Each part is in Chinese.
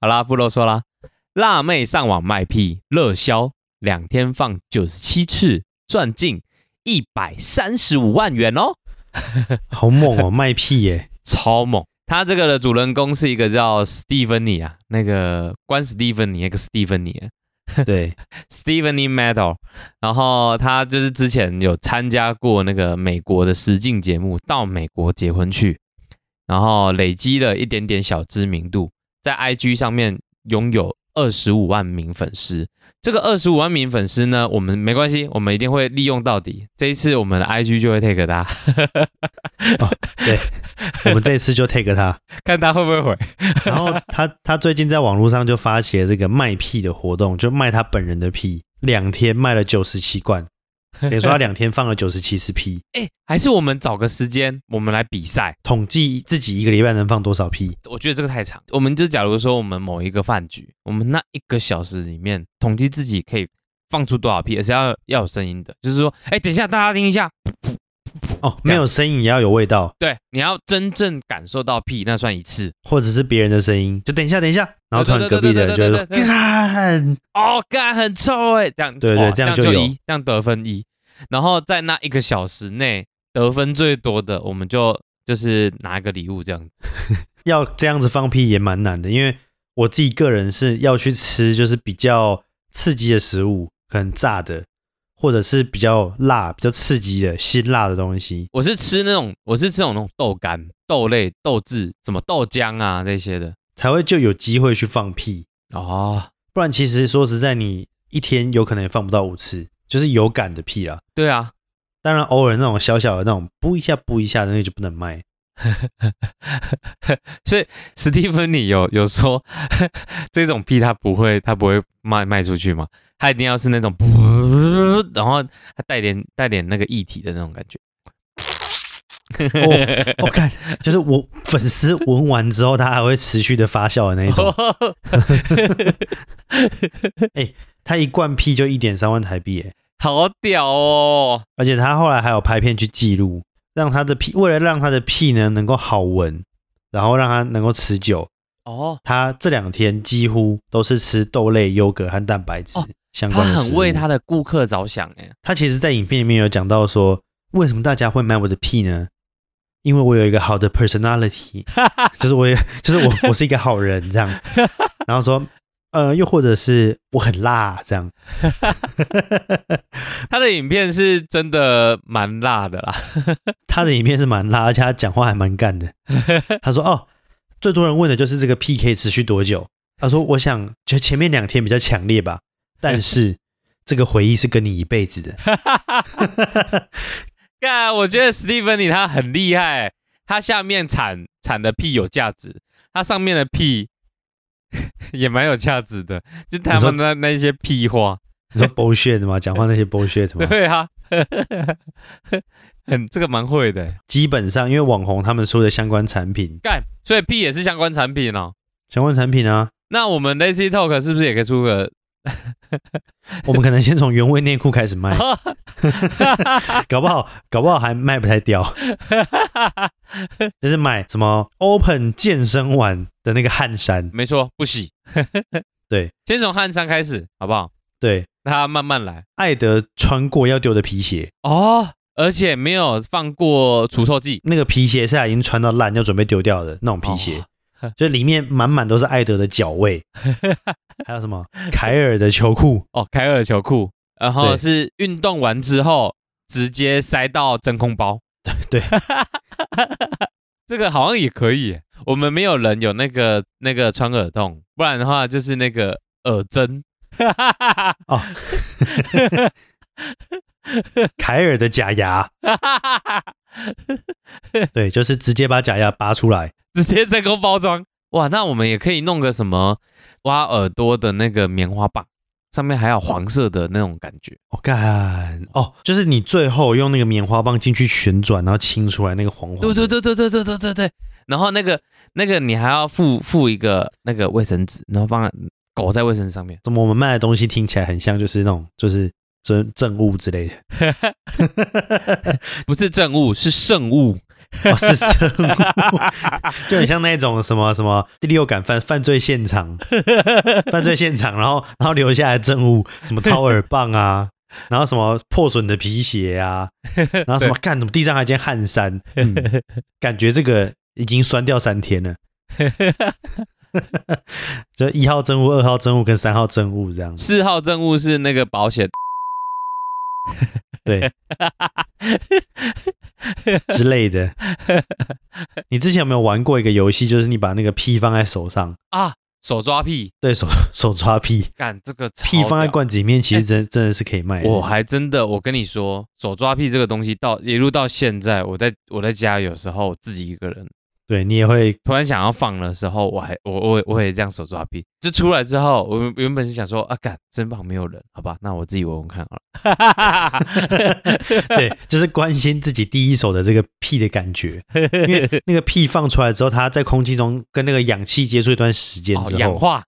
好啦，不啰嗦啦。辣妹上网卖屁热销，两天放九十七次，赚进一百三十五万元哦，好猛哦，卖屁耶、 超猛！他这个的主人公是一个叫史蒂芬妮啊，那个关史蒂芬妮，那个史蒂芬妮， 对， Stephenie Meadow，然后他就是之前有参加过那个美国的实境节目，到美国结婚去，然后累积了一点点小知名度，在 IG 上面拥有二十五万名粉丝。这个二十五万名粉丝呢，我们没关系，我们一定会利用到底。这一次我们的 IG 就会 take 他， 我们这一次就 take 他。看他会不会回。然后他他最近在网络上就发起了这个卖屁的活动，就卖他本人的屁，两天卖了九十七罐，等于说他两天放了九十七次 屁，哎，还是我们找个时间，我们来比赛。统计自己一个礼拜能放多少屁。我觉得这个太长。我们就假如说我们某一个饭局，我们那一个小时里面统计自己可以放出多少屁，而且要要有声音的，就是说，哎，等一下，大家听一下，哦，这样没有声音也要有味道，对，你要真正感受到屁，那算一次。或者是别人的声音，就等一下，等一下，然后突然对隔对壁对的人对就对说对对干，哦，干很臭哎，这样对对哦这这样样就有一，这样得分一。然后在那一个小时内得分最多的，我们就就是拿一个礼物这样子。要这样子放屁也蛮难的，因为我自己个人是要去吃就是比较刺激的食物，可能炸的，或者是比较辣、比较刺激的辛辣的东西。我是吃那种，我是吃那种那种豆干、豆类、豆制，什么豆浆啊这些的。才会就有机会去放屁。哦，不然其实说实在，你一天有可能也放不到五次，就是有感的屁啦。对啊，当然，偶尔那种小小的那种噗一下噗一下的那个就不能卖。史蒂芬妮有有说这种屁他不会他不会卖卖出去吗？他一定要是那种然后他带点带点那个液体的那种感觉。 哦，我、看就是我粉丝闻完之后，他还会持续的发酵的那一 种。哦他一罐屁就一点三万台币耶，好屌哦！而且他后来还有拍片去记录，让他的屁为了让他的屁呢能够好闻，然后让他能够持久，哦，他这两天几乎都是吃豆类、优格和蛋白质哦相他关的食物。很为他的顾客着想哎。他其实，在影片里面有讲到说，为什么大家会买我的屁呢？因为我有一个好的 personality，就是我，就是我，我是一个好 人这样。然后说，呃，又或者是我很辣这样。他的影片是真的蛮辣的啦。他的影片是蛮辣，而且他讲话还蛮干的。他说，哦，最多人问的就是这个屁可以持续多久？他说，我想就前面两天比较强烈吧，但是这个回忆是跟你一辈子的。 干，我觉得史蒂芬妮他很厉害，他下面产产的屁有价值，他上面的屁也蛮有价值的，就他们那那一些屁话，你说 bullshit 吗？讲话那些 bullshit 吗？对啊， 很这个蛮会的，基本上，因为网红他们出的相关产品，干，所以屁也是相关产品哦。相关产品啊，那我们 Lazy Talk 是不是也可以出个？我们可能先从原味内裤开始卖，搞不好搞不好还卖不太掉，就是买什么 Open 健身丸的那个汗衫， 没错，不洗。 对，先从汗衫开始，好不好？对，大家慢慢来艾德穿过要丢的皮鞋，哦。而且没有放过除臭剂，那个皮鞋是他已经穿到烂要准备丢掉的那种哦皮鞋，就里面满满都是艾德的脚味， 还有什么凯尔的球裤，哦，凯尔的球裤，然后对是运动完之后直接塞到真空包。对， 这个好像也可以耶。我们没有人有那个那个穿耳洞，不然的话就是那个耳针。 哦凯尔的假牙，对，就是直接把假牙拔出来。直接真空包装。哇，那我们也可以弄个什么挖耳朵的那个棉花棒，上面还有黄色的那种感觉。我、干哦，就是你最后用那个棉花棒进去旋转，然后清出来那个黄黄的。对对对对对对对对对。然后那个那个你还要附附一个那个卫生纸，然后放狗在卫生纸上面。怎么我们卖的东西听起来很像就是那种就是正正物之类的？不是政务，是圣物。 哦，是生物，就很像那种什么什么第六感犯犯罪现场，犯罪现场，然后然后留下来的证物，什么掏耳棒啊，然后什么破损的皮鞋啊，然后什么干什么地上还有一件汗衫、嗯感觉这个已经酸掉三天了。 就一号证物、二号证物跟三号证物这样子，四号证物是那个保险对之类的。 你之前有没有玩过一个游戏，就是你把那个屁放在手上，啊，手抓屁，对手手抓屁，干这个超屁放在屌罐子里面，其实真、真的是可以卖的。我还真的，我跟你说，手抓屁这个东西到一路到现在，我在我在家有时候自己一个人，对你 也会突然想要放的时候，我还我我我也这样手抓屁。就出来之后，我原原本是想说啊，干真棒没有人，好吧，那我自己闻闻看好了。对，就是关心自己第一手的这个屁的感觉， 因哦为那个屁放出来之后，它在空气中跟那个氧气接触一段时间哦，之氧后，化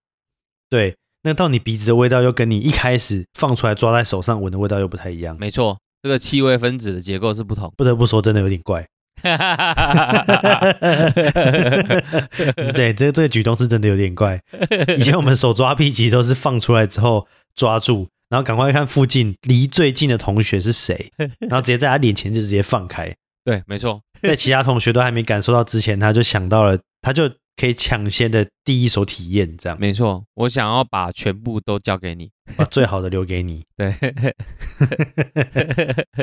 对，那到你鼻子的味道又跟你一开始放出来抓在手上闻的味道又不太一样。没错，这个气味分子的结构是不同。 不得不说，真的有点怪。 对，这这个举动是真的有点怪。以前我们手抓屁，其实都是放出来之后抓住，然后赶快看附近离最近的同学是谁，然后直接在他脸前就直接放开。对，没错，在其他同学都还没感受到之前，他就想到了，他就可以抢先的第一手体验，这样没错，我想要把全部都交给你。把最好的留给你。对，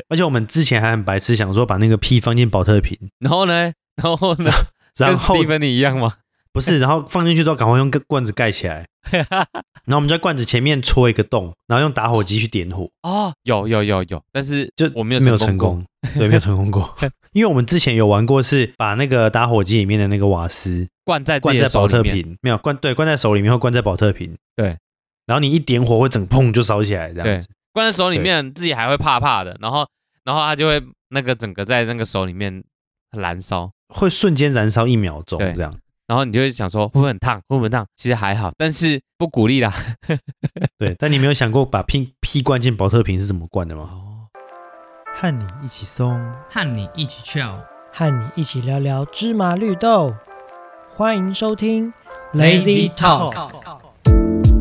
而且我们之前还很白痴，想说把那个屁放进保特瓶，然后呢，然后呢，然跟后 Steven 你一样吗？ 不是，然后放进去之后赶快用个罐子盖起来，然后我们在罐子前面戳一个洞，然后用打火机去点火，哦，有有有有，但是就我没有没有成成功功， 对，没有成 功过。因为我们之前有玩过，是把那个打火机里面的那个瓦斯灌在自灌己在的手保里特面，瓶，没有灌对，灌在手里面或灌在保特瓶，对。然后你一点火，会整个砰就烧起来，这样对子。灌在手里对面，自己还会怕怕的，然后然后它就会那个整个在那个手里面燃烧，会瞬间燃烧一秒钟对这样。然后你就会想说会不会很烫，会不会很烫？其实还好，但是不鼓励啦。对，但你没有想过把屁屁灌进保特瓶是怎么灌的吗？哦，和你一起松，和你一起 chill。和你一起聊聊芝麻绿豆。欢迎收听 Lazy Talk。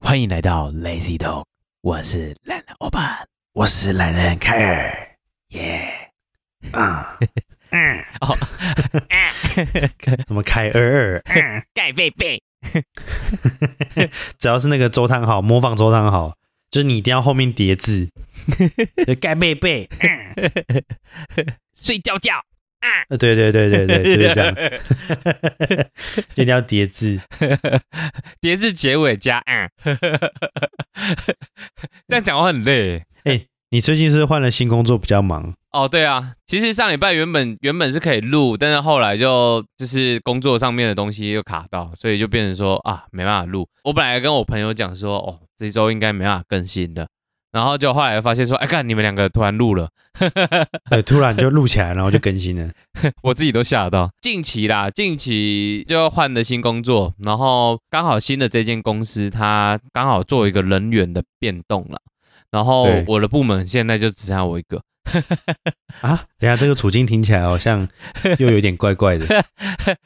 欢迎来到 Lazy Dog，我是懒人欧巴。我是懒人凯尔，耶、啊，哦，什么凯尔尔， 盖贝贝，只要是那个周汤好模仿周汤好，就是你一定要后面叠字，就盖贝贝，睡觉觉，呃对对对对对，就是 这样， 就一定要叠字，叠字结尾加 嗯，这样讲话很累。哎、你最近是不是换了新工作，比 较忙，哦，对啊，其实上礼拜原本原本是可以录，但是后来就就是工作上面的东西又卡到，所以就变成说啊没办法录。我本来跟我朋友讲说，哦这周应该没办法更新的，然后就后来发现说，哎看你们两个突然录了，对，突然就录起来，然后就更新了， 我自己都吓到。近期啦，近期就换了新工作，然后刚好新的这间公司它刚好做一个人员的变动了，然后对我的部门现在就只剩下我一个。啊，等一下这个处境听起来好像又有点怪 怪的，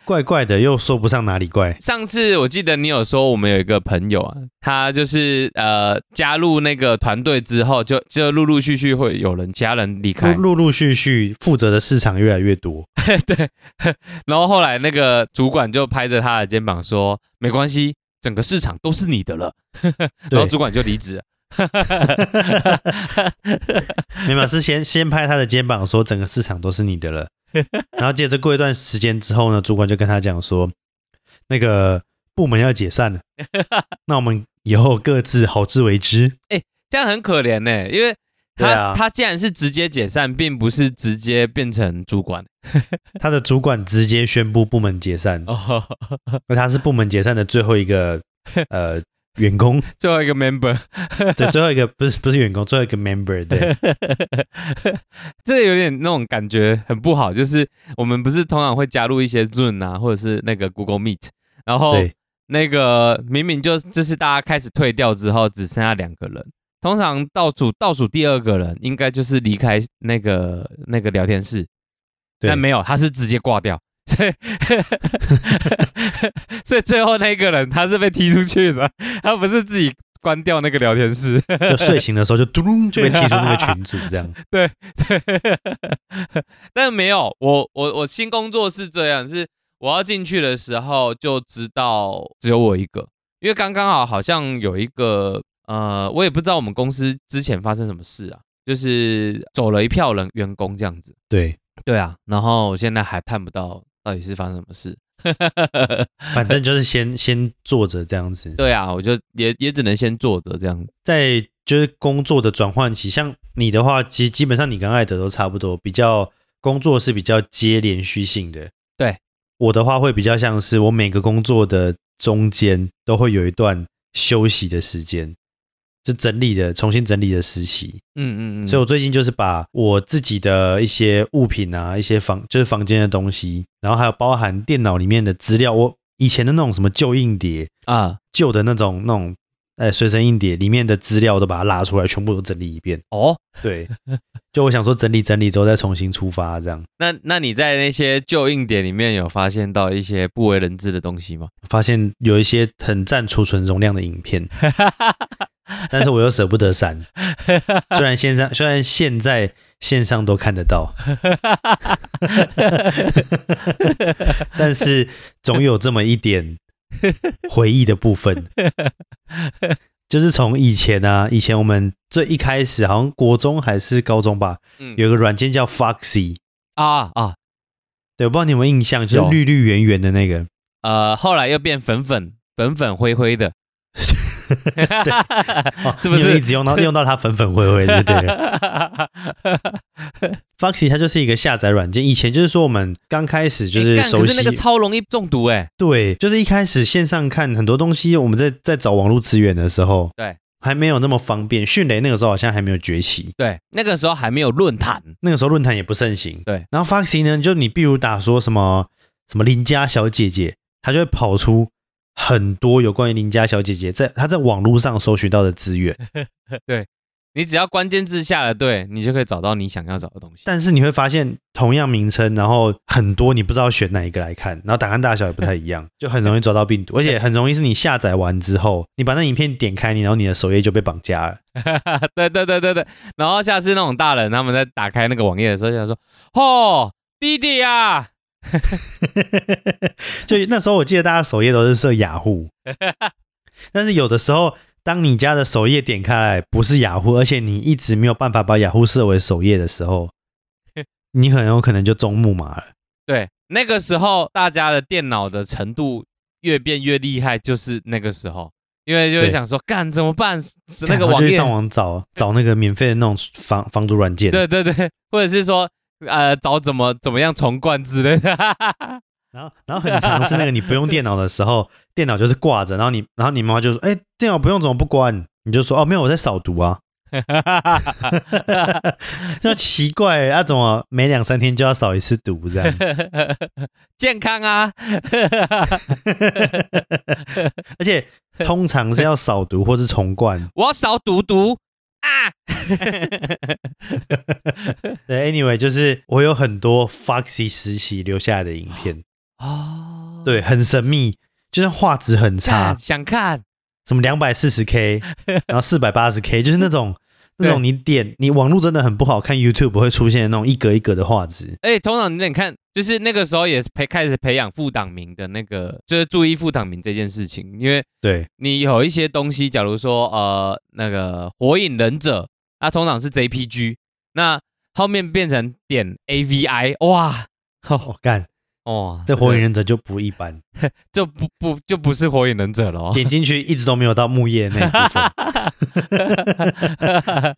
怪怪的又说不上哪里怪。上次我记得你有说我们有一个朋友啊，他就是呃加入那个团队之后，就就陆陆续续会有人其他人离开，陆陆续续负责的市场越来越多，然后后来那个主管就拍着他的肩膀说：“没关系，整个市场都是你的了。” 然后对，主管就离职了。没有是先先拍他的肩膀说整个市场都是你的 了，然后接着过一段时间之后呢，主管就跟他讲说，那个部门要解 散了，那我们以后各自好自为之。这样很可怜呢、因为他、对啊他竟然是直接解散，并不是直接变成主管 他的主管直接宣布部门解散，哦，而他是部门解散的最后一个呃员工，最后一个 member，对，最后一个不是不是员工，最后一个 member，对，这有点那种感觉很不好，就是我们不是通常会加入一些 Zoom 啊，或者是那个 Google Meet，然后对那个明明就就是大家开始退掉之后，只剩下两个人。通常倒数倒数第二个人应该就是离开那个那个聊天室，对但没有，他是直接挂掉，所以 所以最后那个人他是被踢出去的，他不是自己关掉那个聊天室。就睡醒的时候就嘟噜就被踢出那个群组，这样对对， 但没有，我我我新工作是这样，是我要进去的时候就知道只有我一个，因为刚刚好好像有一个呃，我也不知道我们公司之前发生什么事啊，就是走了一票人员工这样子。对，对啊，然后我现在还探不到到底是发生什么事。 反正就是先先坐着这样子，对啊，我就也也只能先坐着这样子。在就是工作的转换期，像你的话，其实基本上你跟艾德都差不多，比较工作是比较接连续性的。对我的话会比较像是我每个工作的中间都会有一段休息的时间，就整理的重新整理的时期。嗯嗯嗯，所以我最近就是把我自己的一些物品啊，一些房就是房间的东西，然后还有包含电脑里面的资料，我以前的那种什么旧硬碟、啊，旧的那种那种呃随身硬碟里面的资料，我都把它拉出来，全部都整理一遍。哦，对，就我想说整理整理之后再重新出发这样。那那你在那些旧硬点里面有发现到一些不为人知的东西吗？发现有一些很占储存容量的 影片，但是我又舍不得删。虽然线上虽然现在线上都看 得到，但是总有这么一点回忆的部分，就是从以前啊，以前我们最一开始好像国中还是高中吧，嗯有个软件叫 Foxy，啊啊，对，我不知道你有没有印象，就有是绿绿圆圆的那个，呃，后来又变粉粉粉粉灰灰的， 哦是不你有是一？直用到用到它粉粉灰 灰， 对对对。Foxy 它就是一个下载软件，以前就是说我们刚开始就是哎干熟可是悉，那个超容易中毒哎、对，就是一开始线上看很多东西，我们在在找网络资源的时候，对，还没有那么方便。迅雷那个时候好像还没有崛起，对，那个时候还没有论坛，那个时候论坛也不盛行，对。然后 Foxy 呢，就你比如打说什么什么邻家小姐姐，它就会跑出很多有关于邻家小姐姐在她在网络上搜寻到的资源，你只要关键字下了对，你就可以找到你想要找的东西。但是你会发现同样名称，然后很多你不知道选哪一个来看，然后档案大小也不太一 样，就很容易抓到病毒，而且很容易是你下载完之后，你把那影片点开你，然后你的首页就被绑 架了。 对对对对对，然后下次那种大人他们在打开那个网页的时候，就想说：“哦，弟弟啊，就那时候我记得大家首页都是设雅虎， 但是有的时候当你家的首页点开来不是雅虎，而且你一直没有办法把雅虎设为首页的时 候，你很有可能就中木马了。对，那个时候大家的电脑的程度越变越厉害，就是那个时候，因为就会对想说，干怎么办？是那看个我网就去页，上网找找那个免费的那种防防毒软件，对对对，或者是说，呃，找怎么怎么样重灌之类的。 然后，然后很常是那个你不用电脑的时候， 电脑就是挂着，然后你，然后你妈就说：“哎、电脑不用怎么不关？”你就说：“哦，没有，我在扫毒啊。”那奇怪、啊，怎么每两三天就要扫一次毒 这样？健康啊，而且通常是要扫毒或是重灌。我要扫毒毒啊！ 对，anyway，就是我有很多 Foxy 时期留下来的影片，哦，对，很神秘，就是画质很差看，想看，什么两百四十 K，然后四百八十 K，就是那种那种你点你网络真的很不好看，YouTube 会出现那种一格一格的画质。哎，通常你看，就是那个时候也是培开始培养副党名的那个，就是注意副党名这件事情，因为对你有一些东西，假如说呃那个火影忍者，那、通常是 JPG，那后面变成点 AVI，哇 我哦干哦，这火影忍者就不一般， 就不不就不是火影忍者了、哦。点进去一直都没有到木叶那一部 分。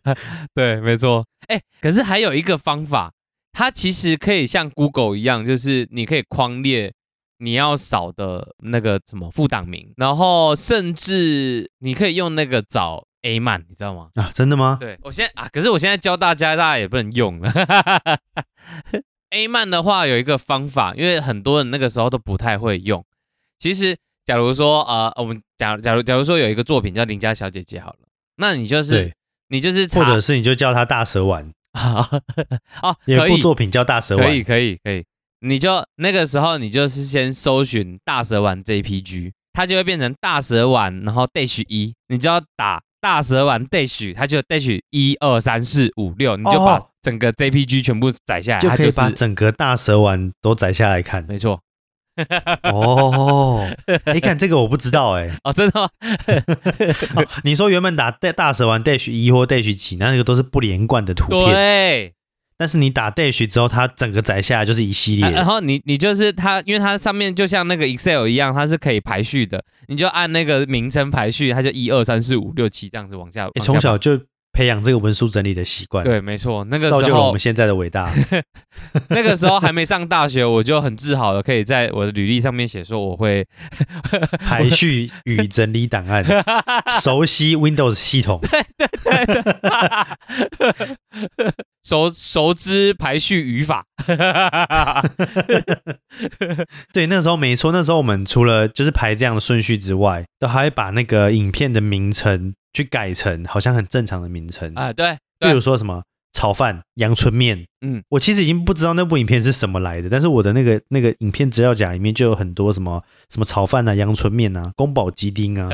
对，没错。哎、可是还有一个方法，它其实可以像 Google 一样，就是你可以框列你要扫的那个什么副档名，然后甚至你可以用那个找 A 漫，你知道吗？啊，真的吗？对我现在啊，可是我现在教大家，大家也不能用了。A 漫的话有一个方法，因为很多人那个时候都不太会用。其实假如说呃，我们假假如假如说有一个作品叫《邻家小姐姐》好了，那你就是对，你就是查或者是你就叫他大蛇丸，啊 哦，有可一部以作品叫大蛇可以丸，可以可以，你就那个时候你就是先搜寻大蛇丸 JPG，它就会变成大蛇丸，然后 dash 一，你就要打大蛇丸 dash，它就 dash 一二三四五六，你就把哦整个 JPG 全部载下来，就它可以就把是整个大蛇丸都摘下来看。没错哦，你看这个我不知道哎、哦，真的吗？哦你说原本打大大蛇丸 dash 一或 dash 几，那那个都是不连贯的图片，对，啊但是你打 dash 之后，它整个摘下来就是一系啊列的。然后你你就是它，因为它上面就像那个 Excel 一样，它是可以排序的，你就按那个名称排序，它就一二三四五六七这样子往下。欸往下从小排就培养这个文书整理的习惯，，哦对，没错，那个造时就了我候们现在的伟大。 那个时候还没上大学，我就很自豪的可以在我的履历上面写说我会排序与整理 档案，熟悉 Windows 系统，熟熟知排序语法。对，那时候没错，那时候我们除了就是排这样的顺序之外，都还会把那个影片的名称去改成好像很正常的名称，啊，对，例如说什么炒饭、阳春面。嗯，我其实已经不知道那部影片是什么来的，但是我的那个那个影片资料夹里面就有很多什么什么炒饭啊、阳春面啊、宫保鸡丁啊、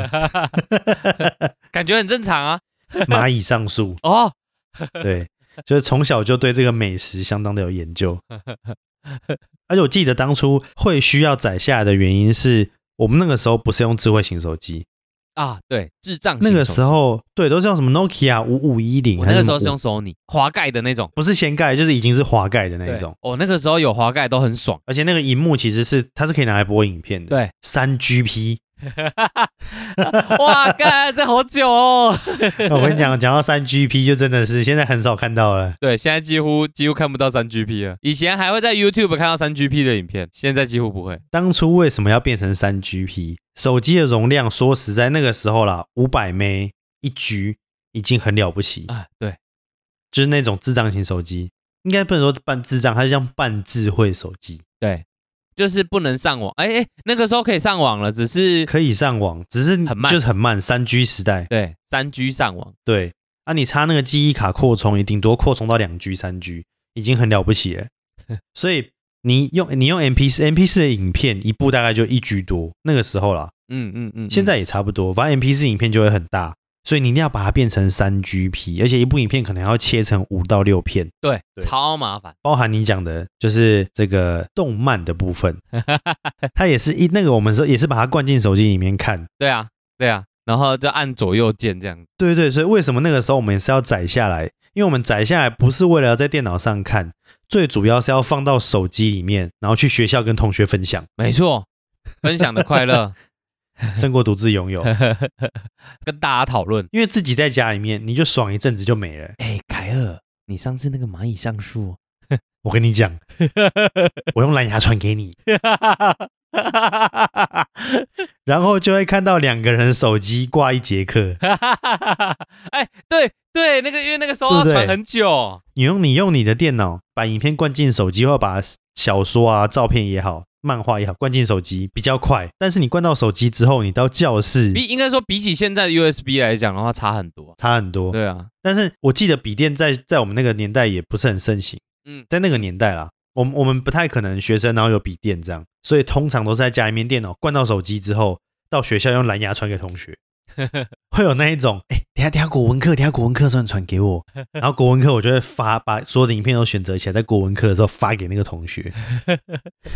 感觉很正常啊。蚂蚁上树，哦， 对，就是从小就对这个美食相当的有研 究。而且我记得当初会需要载下来的原因是，我们那个时候不是用智慧型手机，啊，对，智障型那个手时机，候对都是用什么 Nokia 五五一零，我那个时候是还用什么 Sony 滑盖的那种，不是掀盖，就是已经是滑盖的那一对哦种。。我那个时候有滑盖都很爽。而且那个荧幕其实是它是可以拿来播影片的，对， 三 GP。哇，干，这好久哦。 我跟你讲，讲到三 GP 就真的是现在很少看到了。对，现在几乎几乎看不到三 GP 了，以前还会在 YouTube 看到三 GP 的影片，现在几乎不会。当初为什么要变成三 GP？手机的容量，说实在，那个时候啦，五百 M 一 G 已经很了不起，啊，对，就是那种智障型手机，应该不能说半智障，它就像半智慧手机，对，就是不能上网。哎哎，那个时候可以上网了，只是可以上网，只是很慢就是很慢。三 G 时代，对三 G 上网。对啊，你插那个记忆卡扩充，也顶多扩充到两 G、三 G，已经很了 不起了。所以你用你用 MP 四 MP 四的影片，一部大概就一 G 多，那个时候啦，嗯嗯嗯，现嗯在也差不多，反正 MP 四影片就会很大，所以你一定要把它变成三 GP，而且一部影片可能要切成五到六片，对对超麻烦。包含你讲的就是这个动漫的部分，它也是一那个我们说也是把它灌进手机里面看，对啊对啊，然后就按左右键这样。对对，所以为什么那个时候我们也是要载下来？因为我们载下来不是为了要在电脑上看，最主要是要放到手机里面，然后去学校跟同学分享，没错，分享的快 乐胜过独自 拥有。跟大家讨论。因为自己在家里面，你就爽一阵子就没了。哎，凯尔，你上次那个蚂蚁上树，哦我跟你讲，我用蓝牙传给你，然后就会看到两个人手机挂一节课。哎，对对，那个因为那个时候对要不对传很久，你用你用你的电脑把影片灌进手机，或把小说啊、照片也好、漫画也好灌进手机比较快。但是你灌到手机之后，你到教室比应该说比起现在的 USB 来讲的话，差很多。差很多。对啊，但是我记得笔电在在我们那个年代也不是很盛行，嗯在那个年代啦，我们我们不太可能学生然后有笔电这样，所以通常都是在家里面电脑灌到手机之后，到学校用蓝牙传给同学，会有那一种，哎、等一下等一下国文课，等一下国文课算传给我，然后国文课我就会发把所有的影片都选择起来，在国文课的时候发给那个同学，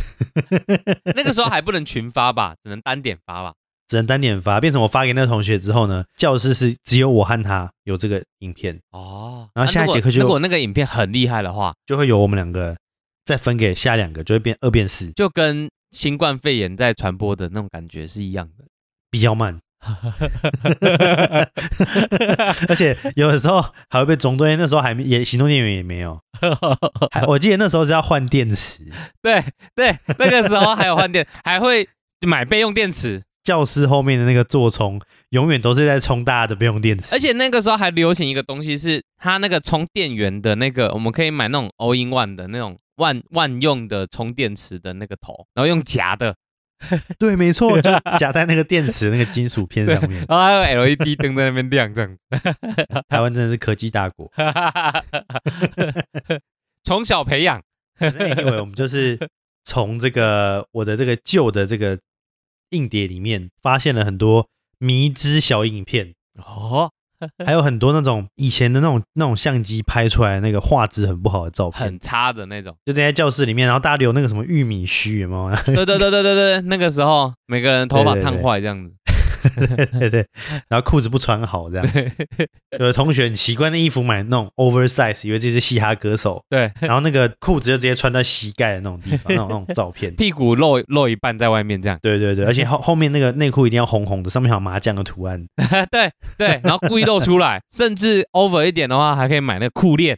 那个时候还不能群发吧， 只能单点发吧。只能单点发，变成我发给那个同学之后呢，教室是只有我和他有这个影片，哦，然后啊下如一果节课就如果那个影片很厉害的话，就会有我们两个再分给下两个，就会变二变四，就跟新冠肺炎在传播的那种感觉是一样的。 比较慢。 而且有的时候还会被中断，因为那时候还没也行动电源也 没有，还我记得那时候是要换电池，对对，那个时候还有换电， 还会买备用电池，教室后面的那个座充永远都是在充大家的备用电池，而且那个时候还流行一个东西是，它那个充电源的那个，我们可以买那种 all in one 的那种万万用的充电池的那个头，然后用夹的， 对，没错，就夹在那个电池那个金属片上 面。然后还有 LED 灯在那边亮，这样子。台湾真的是科技大国。 从小培养，可是 anyway，我们就是从这个我的这个旧的这个硬碟里面，发现了很多迷之小影片，哦， 还有很多那种以前的那种那种相机拍出来那个画质很不好的照片，很差的那种。就在教室里面，然后大家留那个什么玉米须，有没有？对对对对对对，那个时候每个人头发对对对烫坏这样子。对对对，然后裤子不穿好这样。有的同学很奇怪，那衣服买那种 oversize，以为自己是嘻哈歌手，对，然后那个裤子就直接穿到膝盖的那种地方，那种那种照片。屁股露露一半在外面这样。对对对，而且后后面那个内裤一定要红红的，上面还有麻将的图案。 对对，然后故意露出来，甚至 over 一点的话，还可以买那个裤链。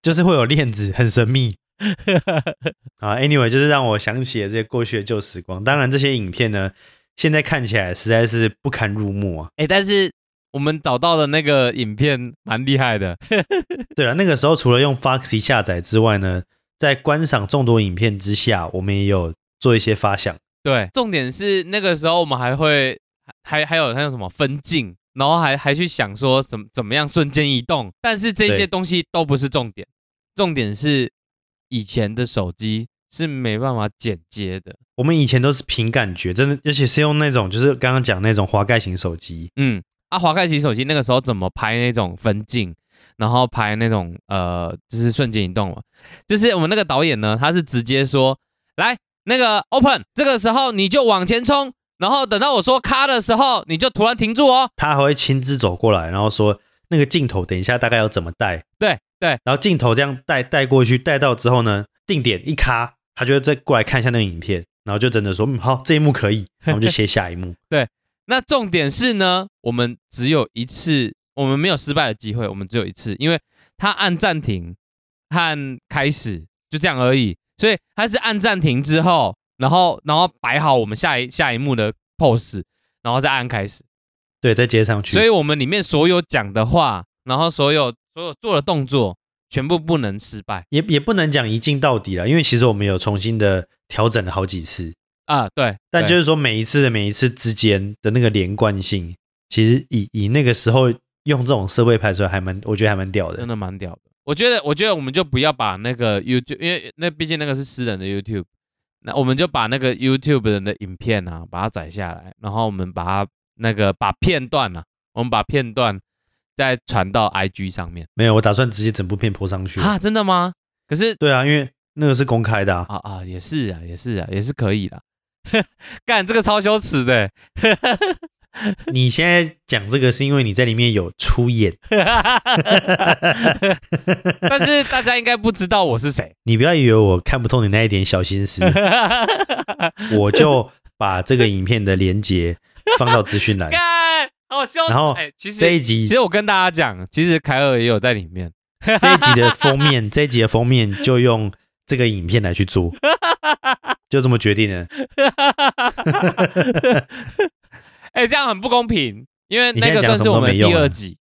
就是会有链子，很神秘。 啊，anyway，就是让我想起了这些过去的旧时光。当然，这些影片呢，现在看起来实在是不堪入目啊。哎，但是我们找到的那个影片蛮厉害的， 对了，那个时候除了用 Foxy 下载之外呢，在观赏众多影片之下，我们也有做一些发想。对，重点是那个时候我们还会还还有还有什么分镜，然后还还去想说怎么怎么样瞬间移动，但是这些对东西都不是重点，重点是以前的手机是没办法剪接的，我们以前都是凭感觉，真的，尤其是用那种就是刚刚讲那种滑盖型手机，嗯，啊，华盖奇手机那个时候怎么拍那种分镜，然后拍那种呃，就是瞬间移动嘛，就是我们那个导演呢，他是直接说，来那个 open，这个时候你就往前冲，然后等到我说咔的时候，你就突然停住哦。他还会亲自走过来，然后说那个镜头等一下大概要怎么带，对对，然后镜头这样带带过去，带到之后呢，定点一卡，他就会再过来看一下那个影片，然后就真的说，嗯，好，这一幕可以，然后我们就切下一幕。 那重点是呢，我们只有一次，我们没有失败的机会，我们只有一次，因为他按暂停和开始就这样而已，所以他是按暂停之后，然后然后摆好我们下一下一幕的 pose，然后再按开始，对，再接上去。所以我们里面所有讲的话，然后所有所有做的动作，全部不能失败也也不能讲一镜到底了，因为其实我们有重新的调整了好几次，啊，对，但对就是说每一次的每一次之间的那个连贯性，其实以以那个时候用这种设备拍出来，还蛮我觉得还蛮屌真的。的蛮屌的。我觉得，我觉得我们就不要把那个 YouTube，因为那毕竟那个是私人的 YouTube，那我们就把那个 YouTube 人的影片啊，把它载下来，然后我们把它那个把片段啊，我们把片段再传到 IG 上面没有，我打算直接整部片播上去。啊，真的吗？可是对啊，因为那个是公开的、啊，啊啊，也是啊，也是啊，也是可以的。 干这个超羞耻的， 你现在讲这个是因为你在里面有出演，但是大家应该不知道我是谁。你不要以为我看不透你那一点小 心思，我就把这个影片的连接放到资 讯栏。干，好羞耻！然后哎、其实这一其集实我跟大家讲，其实凯尔也有在里面。 这一集的封面，这一集的封面就用这个影片来去做，就这么决定了。哎、这样很不公平，因为你那现个在算讲是什么我都们没第用二啊集，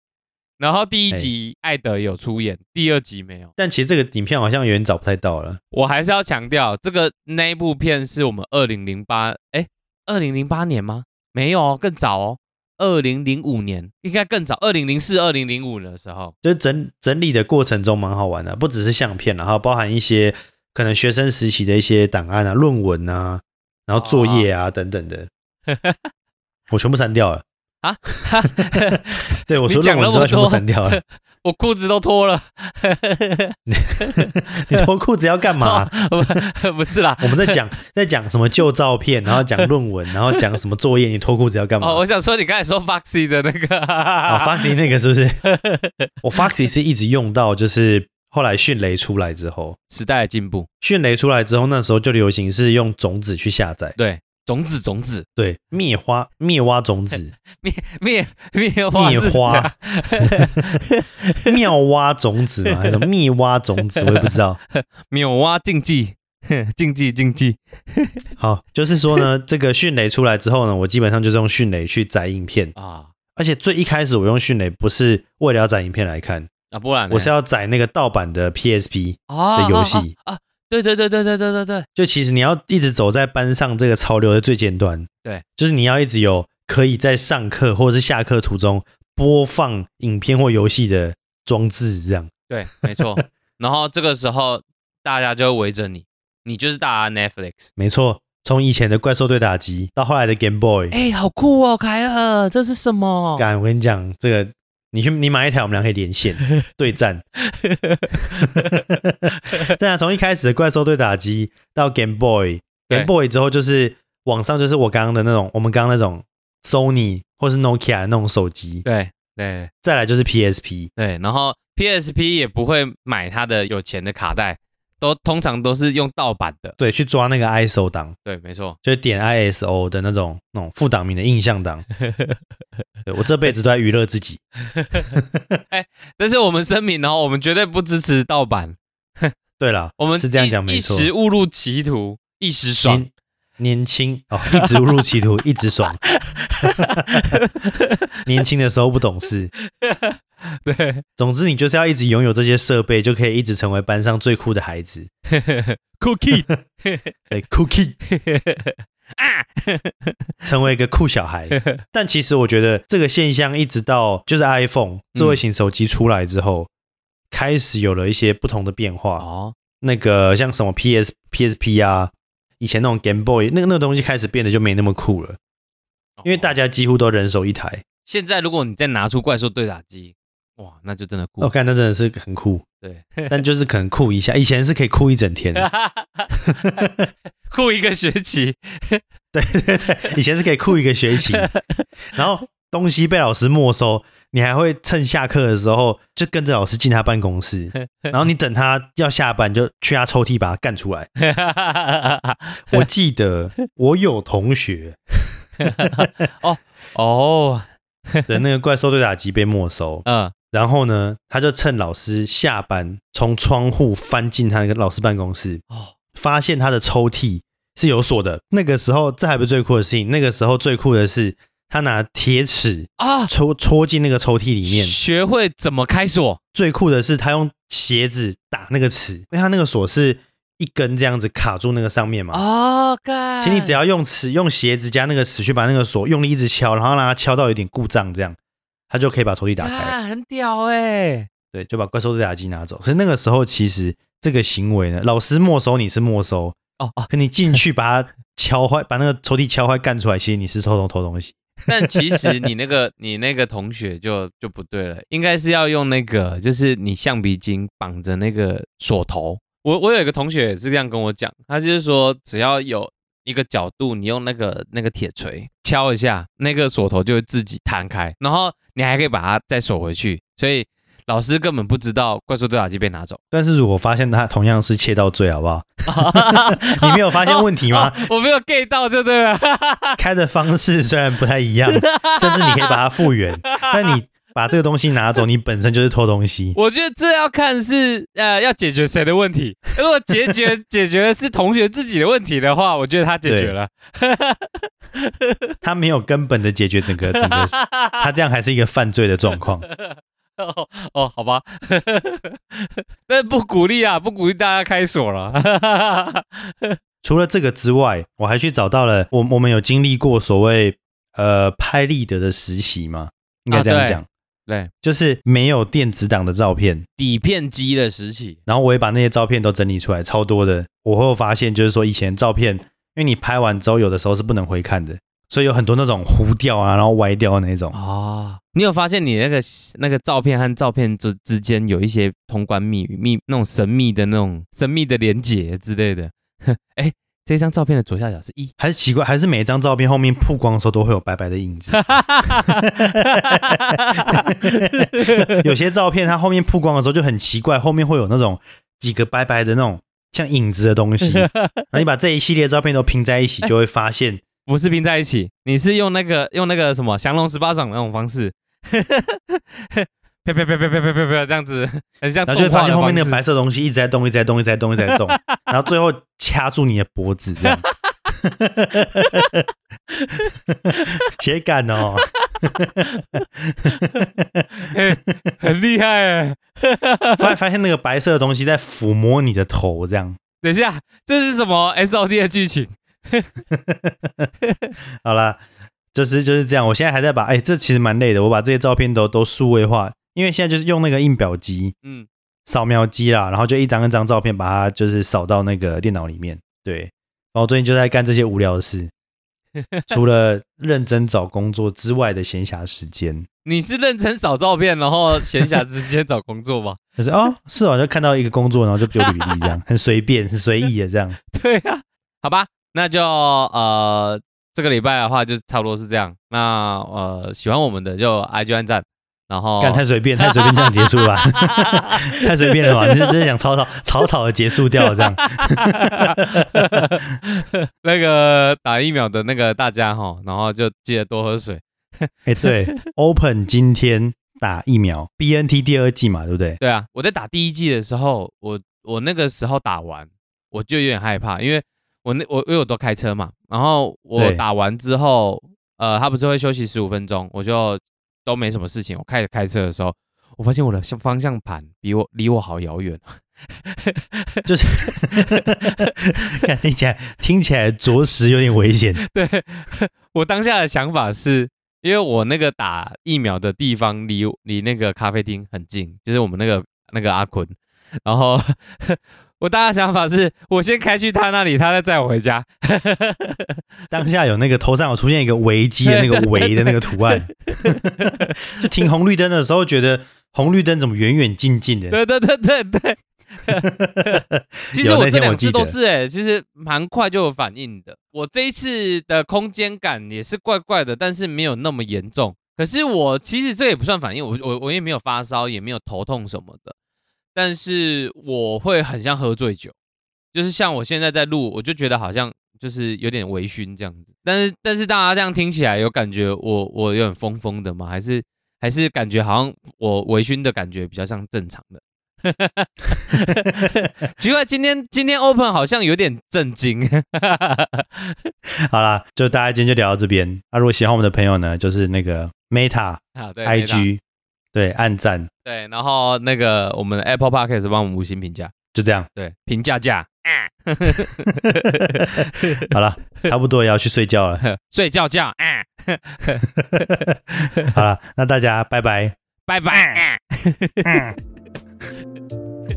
然后第一集哎艾德有出演，第二集没有。但其实这个影片好像有点找不太到了，我还是要强调，这个那一部片是我们二零零八，哎，二零零八年吗？没有哦，更早哦，二零零五年应该更早，二零零四、二零零五的时候。就是整整理的过程中蛮好玩的，不只是相片啦，然后包含一些可能学生时期的一些档案啊、论文啊，然后作业哦啊、等等的， 我全部删掉了啊！ 对，我说你讲论那么文之后全部多删掉了。 我裤子都脱了， 你脱裤子要干嘛？哦不不是啦，我们在讲在讲什么旧照片，然后讲论文，然后讲什么作业，你脱裤子要干嘛？哦，我想说你刚才说 Foxy 的那个，啊，Foxy 那个是不是？我 Foxy 是一直用到就是后来迅雷出来之后，时代的进步，迅雷出来之后，那时候就流行是用种子去下载，对，种子种子对，灭花灭蛙种子，灭灭灭花灭是花 谁啊妙蛙种子嘛，还是什么灭蛙种子，我也不知道。秒蛙竞技，竞技竞技，好，就是说呢，这个迅雷出来之后呢，我基本上就是用迅雷去载影片，啊而且最一开始我用迅雷不是为了要载影片来看，啊，不然呢我是要载那个盗版的 PSP。啊的游戏啊啊啊对对对对对对对对，就其实你要一直走在班上这个潮流的最尖端，对，就是你要一直有可以在上课或者是下课途中播放影片或游戏的装置，这样对，没 错。然后这个时候大家就会围着你，你就是大家 Netflix。没错。从以前的怪兽对打机到后来的 Game Boy，哎、好酷哦，凯尔，这是什么？干、我跟你讲，这个你去你买一台，我们俩可以 连线对战。 对啊，从一开始的怪兽对打机到 Game 对 Boy，Game Boy 之后就是网上就是我刚刚的那种，我们刚刚那种 Sony 或是 Nokia 那种手机，对对再来就是 PSP，对，然后 PSP 也不会买他的有钱的卡带，都通常都是用盗版的。对，去抓那个 ISO 档，对，没错。就是点 ISO 的那种那种副档名的印 象档。对我这辈子都在娱乐自己，但是我们声明哦，我们绝对不支持盗版，对啦，我们是这样一讲没错一时误入歧途，一时爽。年年轻哦，一直误入歧 途，一直爽。年轻的时候不懂事，对，总之你就是要一直拥有这些设备，就可以一直成为班上最酷的孩子。 Cookie 对，Cookie 哎啊， 成为一个酷 小孩。但其实我觉得这个现象一直到就是嗯 iPhone 智慧型手机出来之后，开始有了一些不同的变化。哦，那个像什么 PS、PSP 啊，以前那种 Game Boy 那个那个东西开始变得就没那么酷哦了，因为大家家几乎都人手一台。现在如果你再拿出怪兽对打机，哇，那就真的酷。我看哦那真的是很酷，对， 但就是可能酷一下，以前是可以酷一整天的，酷一个学期。 以前是可以酷一个学期，然后东西被老师没收，你还会趁下课的时候就跟着老师进他办公室，然后你等他要下班就去他抽屉把他干出来。我记得我有同学哦，的那个怪兽对打机被没收，嗯，然后呢，他就趁老师下班，从窗户翻进他那个老师办公室，哦，发现他的抽屉是有锁的。那个时候，这还不是最酷的事情，那个时候最酷的是他拿铁尺啊，戳戳进那个抽屉里面。学会怎么开锁。最酷的是他用鞋子打那个尺，因为他那个锁是一根这样子卡住那个上面嘛。哦，干，啊请你只要用尺、用鞋子加那个尺去把那个锁用力一直敲，然后让它敲到有点故障，这样他就可以把抽屉打开。干很屌哎。对，就把怪兽对打机拿走。可是那个时候，其实这个行为呢，老师没收你是没收，哦哦，可你进去把它敲坏，把那个抽屉敲坏干出来，其实你是偷偷偷东西。但其实你那个你那个同学就就不对了，应该是要用那个，就是你橡皮筋绑着那个锁头。我我有一个同学也是这样跟我讲，他就是说只要有一个角度，你用那个那个铁锤敲一下，那个锁头就会自己弹开，然后你还可以把它再锁回去。所以老师根本不知道怪兽对打机被拿走。但是如果发现他同样是窃盗罪，好不好？ 你没有发现问题吗？ 哦我没有 get 到就对了。开的方式虽然不太 一样，甚至你可以把它复原，但你把这个东西拿走，你本身就是偷东西。我觉得这要看是呃要解决谁的问题。如果解决解决的是同学自己的问题的话，我觉得他解决了。他没有根本的解决整个整 个，他这样还是一个犯罪的状况。 哦哦，好吧， 但是不鼓励啊，不鼓励大家开锁了。 除了这个之外，我还去找到了我我们有经历过所谓呃拍立得的实习嘛，应该这样讲，啊对，就是没有电子档的照片，底片机的时期，然后我也把那些照片都整理出来，超多的。我会发现就是说以前照片，因为你拍完之后有的时候是不能回看的，所以有很多那种糊掉啊，然后歪掉的那种。哦，你有发现你那个那个照片和照片之之间有一些通关密语、密那种神秘的那种神秘的连结之类的？ 哎，这张照片的左下角是一， 还是奇怪，还是每一张照片后面曝光的时候都会有白白的影子。 有些照片它后面曝光的时候就很奇怪，后面会有那种几个白白的那种像影子的东西。然后你把这一系列照片都拼在一起，就会发现不是拼在一起，你是用那个用那个什么降龙十八掌那种方式，啪啪啪啪啪啪啪啪这样子，很像动然后就会发画的现后面那方个式白色的东西一直在动，一直在动，一直在动，一 直在动，然后最后掐住你的脖子这样。铁杆哦，很厉害哎，发发现那个白色的东西在抚摸你的头，这样等一下，这是什么 S O D 的剧情？好啦，就是就是这样。我现在还在把，哎、这其实蛮累的。我把这些照片都都数位化，因为现在就是用那个印表机、嗯，扫描机啦，然后就一张一张照片把它就是扫到那个电脑里面。对，然后我最近就在干这些无聊的事，除了认真找工作之外的闲暇时间，你是认真扫照片，然后闲暇之间找工作吗？就是哦，是哦，就看到一个工作，然后就丢履历这样，很随便，很随意的这样。对啊，好吧，那就呃这个礼拜的话就差不多是这样。那呃喜欢我们的就 IG 按赞，然后干太随便，太随便这样结束了吧， 太随便了吧？你是真的想草草草草的结束掉这样？ 那个打疫苗的那个大家哈，然后就记得多喝水。哎、对，Open 今天打疫苗，BNT 第二季嘛，对不对？ 对啊，我在打第一季的时候，我我那个时候打完，我就有点害怕，因为我那我因为我都开车嘛，然后我对打完之后，呃，他不是会休息十五分钟，我就都没什么事情。我开始开车的时候，我发现我的像方向盘比我离我好遥远，就是干听起来听起来着实有点危险。对 我当下的想法是，因为我那个打疫苗的地方离离那个咖啡厅很近，就是我们那个那个阿坤，然后 我当下想法是我先开去他那里，他再载我回家。当下有那个头上有出现一个危机的那个围的那个图案， 就停红绿灯的时候觉得红绿灯怎么远远近近的，对对对对 对。其实有我那这天我两记次得都是哎、其实蛮快就有反应的。我这一次的空间感也是怪怪的，但是没有那么严重。可是我其实这也不算反应，我我我也没有发烧，也没有头痛什么的，但是我会很像喝醉酒，就是像我现在在录，我就觉得好像就是有点微醺这样子。但是但是大家这样听起来有感觉我我有点疯疯的吗？还是还是感觉好像我微醺的感觉比较像正常的。奇怪，今天今天 Open 好像有点震惊， 好啦，就大家今天就聊到这边。啊那、如果喜欢我们的朋友呢，就是那个 Meta 啊，对 IG，对，按赞，对，然后那个我们 Apple Podcast 帮我们五星评价，就这样。对，评价价，啊、好了，差不多也要去睡觉了。 睡觉觉，啊、好了，那大家拜拜。拜拜。啊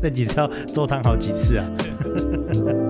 那几次要周汤好几次啊？